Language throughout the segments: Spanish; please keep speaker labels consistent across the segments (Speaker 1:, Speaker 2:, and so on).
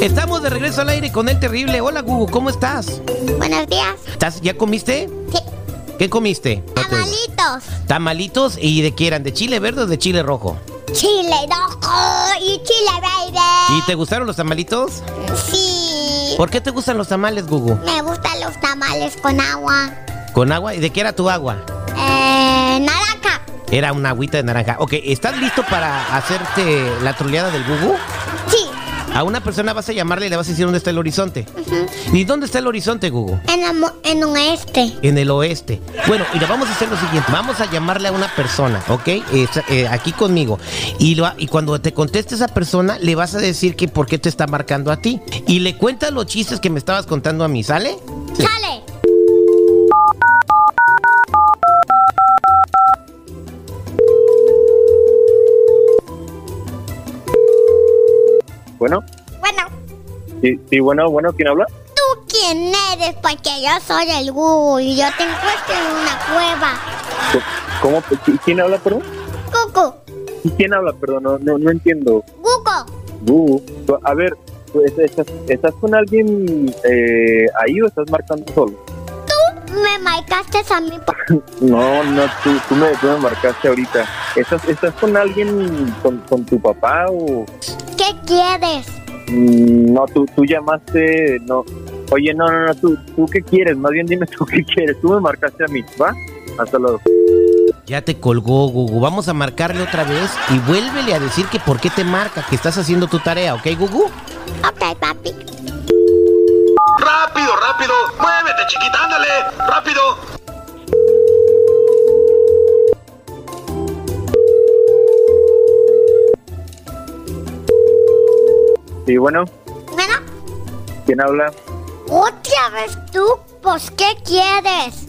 Speaker 1: Estamos de regreso al aire con el terrible. Hola, Gugu, ¿cómo estás?
Speaker 2: Buenos días.
Speaker 1: ¿Estás ¿Ya comiste?
Speaker 2: Sí.
Speaker 1: ¿Qué comiste? No te-
Speaker 2: Tamalitos.
Speaker 1: Tamalitos y de qué eran, de chile verde o de chile rojo.
Speaker 2: Chile rojo y chile verde.
Speaker 1: ¿Y te gustaron los tamalitos?
Speaker 2: Sí.
Speaker 1: ¿Por qué te gustan los tamales, Gugu?
Speaker 2: Me gustan los tamales con agua.
Speaker 1: ¿Con agua? ¿Y de qué era tu agua?
Speaker 2: Eh, naranja.
Speaker 1: Era una agüita de naranja. Ok, ¿estás listo para hacerte la troleada del Gugu?
Speaker 2: Sí.
Speaker 1: A una persona vas a llamarle y le vas a decir dónde está el horizonte. ¿Y dónde está el horizonte, Gugu?
Speaker 2: En, la mo- en un este.
Speaker 1: En el oeste. Bueno, mira, vamos a hacer lo siguiente. Vamos a llamarle a una persona, ¿ok? Eh, sa- eh, aquí conmigo. Y, lo, y cuando te conteste esa persona, le vas a decir que por qué te está marcando a ti. Y le cuentas los chistes que me estabas contando a mí, ¿sale?
Speaker 2: Sale.
Speaker 3: Bueno,
Speaker 2: Bueno,
Speaker 3: sí, sí, bueno, bueno, ¿quién habla?
Speaker 2: ¿tú quién eres? Porque yo soy el Gugu y yo te encuentro en una cueva.
Speaker 3: ¿Cómo? ¿Qui- ¿Quién habla, perdón?
Speaker 2: Cucu,
Speaker 3: ¿Quién habla, perdón? No, no, no entiendo.
Speaker 2: Gugu.
Speaker 3: Uh, a ver, pues, ¿estás, estás con alguien eh, ahí o estás marcando solo?
Speaker 2: Me marcaste a mi papá.
Speaker 3: No, no, tú, tú, me, tú me marcaste ahorita. ¿Estás, estás con alguien, con, con tu papá o...?
Speaker 2: ¿Qué quieres?
Speaker 3: Mm, No, tú, tú llamaste, no. Oye, no, no, no, tú, tú qué quieres, más bien dime tú qué quieres. Tú me marcaste a mí, ¿va? Hasta luego.
Speaker 1: Ya te colgó, Gugu. Vamos a marcarle otra vez y vuélvele a decir que por qué te marca, que estás haciendo tu tarea, ¿ok, Gugu?
Speaker 2: Ok, papi.
Speaker 4: ¡Rápido, rápido! ¡Muévete, chiquita! ¡Ándale! ¡Rápido!
Speaker 3: Sí, bueno,
Speaker 2: Bueno,
Speaker 3: ¿quién habla?
Speaker 2: otra vez tú, pues ¿qué quieres?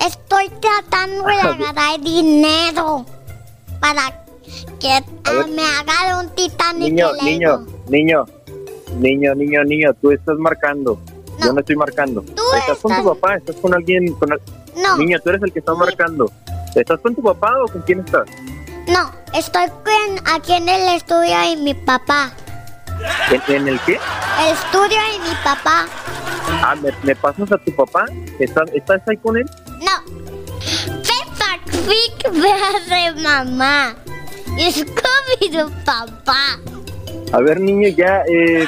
Speaker 2: Estoy tratando de agarrar dinero para que
Speaker 3: A ver.
Speaker 2: ah, me haga un Titanic.
Speaker 3: Niño,
Speaker 2: de
Speaker 3: niño,
Speaker 2: Lego.
Speaker 3: niño, niño, niño, niño, tú estás marcando.
Speaker 2: No.
Speaker 3: Yo no estoy marcando. estás con tu
Speaker 2: estás-
Speaker 3: papá, estás con alguien. Con... al-
Speaker 2: No,
Speaker 3: Niño, tú eres el que está marcando. ¿Estás con tu papá o con quién estás?
Speaker 2: no, estoy con- aquí en el estudio de mi papá.
Speaker 3: ¿En, en el qué?
Speaker 2: El estudio de mi papá.
Speaker 3: Ah, ¿me, me pasas a tu papá? ¿Estás, ¿Estás ahí con él?
Speaker 2: No. Peppa Pig me hace mamá. Y Scooby-Doo papá.
Speaker 3: A ver, niño, ya. Eh,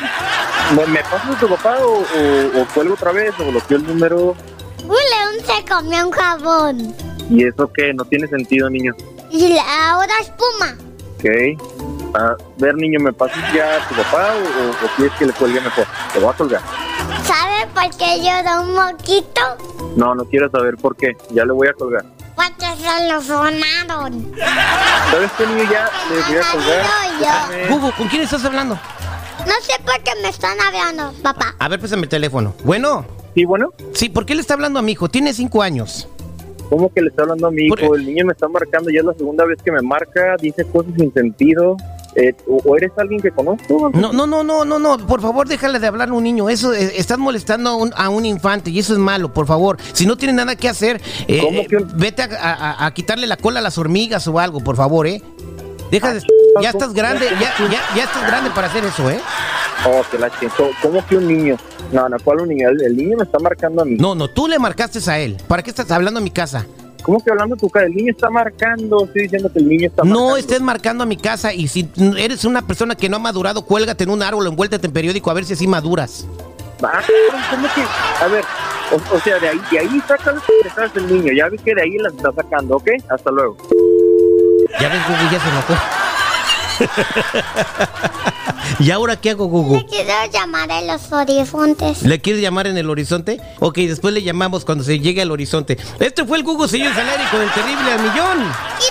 Speaker 3: ¿me, me pasas a tu papá o, o, o cuelgo otra vez o bloqueo el número?
Speaker 2: Un león se comió un jabón.
Speaker 3: ¿Y eso qué? No tiene sentido, niño.
Speaker 2: Y la- ahora espuma.
Speaker 3: Ok. A ver, niño, ¿me pasas ya a tu papá o, o, o quieres que le cuelgue mejor? Te voy a colgar.
Speaker 2: ¿Sabe por qué llora un moquito?
Speaker 3: No, no quiero saber por qué. Ya le voy a colgar.
Speaker 2: Porque se lo sonaron.
Speaker 3: ¿Sabes qué, niño? Ya le voy a colgar.
Speaker 2: Yo.
Speaker 3: Déjame-
Speaker 1: Gugu, ¿con quién estás hablando?
Speaker 2: No sé por qué me están hablando, papá.
Speaker 1: A ver, pésame el teléfono. Bueno,
Speaker 3: Sí, bueno.
Speaker 1: sí, ¿por qué le está hablando a mi hijo? Tiene cinco años.
Speaker 3: ¿Cómo que le está hablando a mi
Speaker 1: Por-
Speaker 3: hijo? El niño me está marcando. Ya es la segunda vez que me marca. Dice cosas sin sentido. Eh, o, o eres alguien que conozco?
Speaker 1: No, no, no, no, no, no. Por favor, déjale de hablar a un niño. Eso, eh, estás molestando a un, a un infante y eso es malo, por favor. Si no tiene nada que hacer, eh,
Speaker 3: ¿Cómo que un-
Speaker 1: vete a, a- a quitarle la cola a las hormigas o algo, por favor, ¿eh?
Speaker 3: Ah,
Speaker 1: Deja de... Ya estás grande, ya, ya, ya estás grande para hacer eso, ¿eh?
Speaker 3: Oh, que la chingada. ¿Cómo que un niño? No, no, ¿cuál un niño? El, el niño me está marcando a mí.
Speaker 1: No, no, tú le marcaste a él. ¿Para qué estás hablando a mi casa?
Speaker 3: ¿Cómo que hablando tu cara? El niño está marcando. Estoy diciendo que el niño está marcando.
Speaker 1: No este- estés marcando a mi casa y si eres una persona que no ha madurado, cuélgate en un árbol, envuéltete en periódico a ver si así maduras.
Speaker 3: Ah, cabrón, ¿Cómo que? A ver, o, o sea, de ahí, de ahí saca las expresiones del niño. Ya vi que de ahí las está sacando, ¿ok? Hasta luego.
Speaker 1: Ya ves, Gugu, ya se enojó. ¿Y ahora qué hago, Gugu?
Speaker 2: Le quiero llamar a los horizontes.
Speaker 1: ¿Le quieres llamar en el horizonte? Ok, después le llamamos cuando se llegue al horizonte. Este fue el Gugu, señor Salari con el terrible al millón.
Speaker 2: ¡Y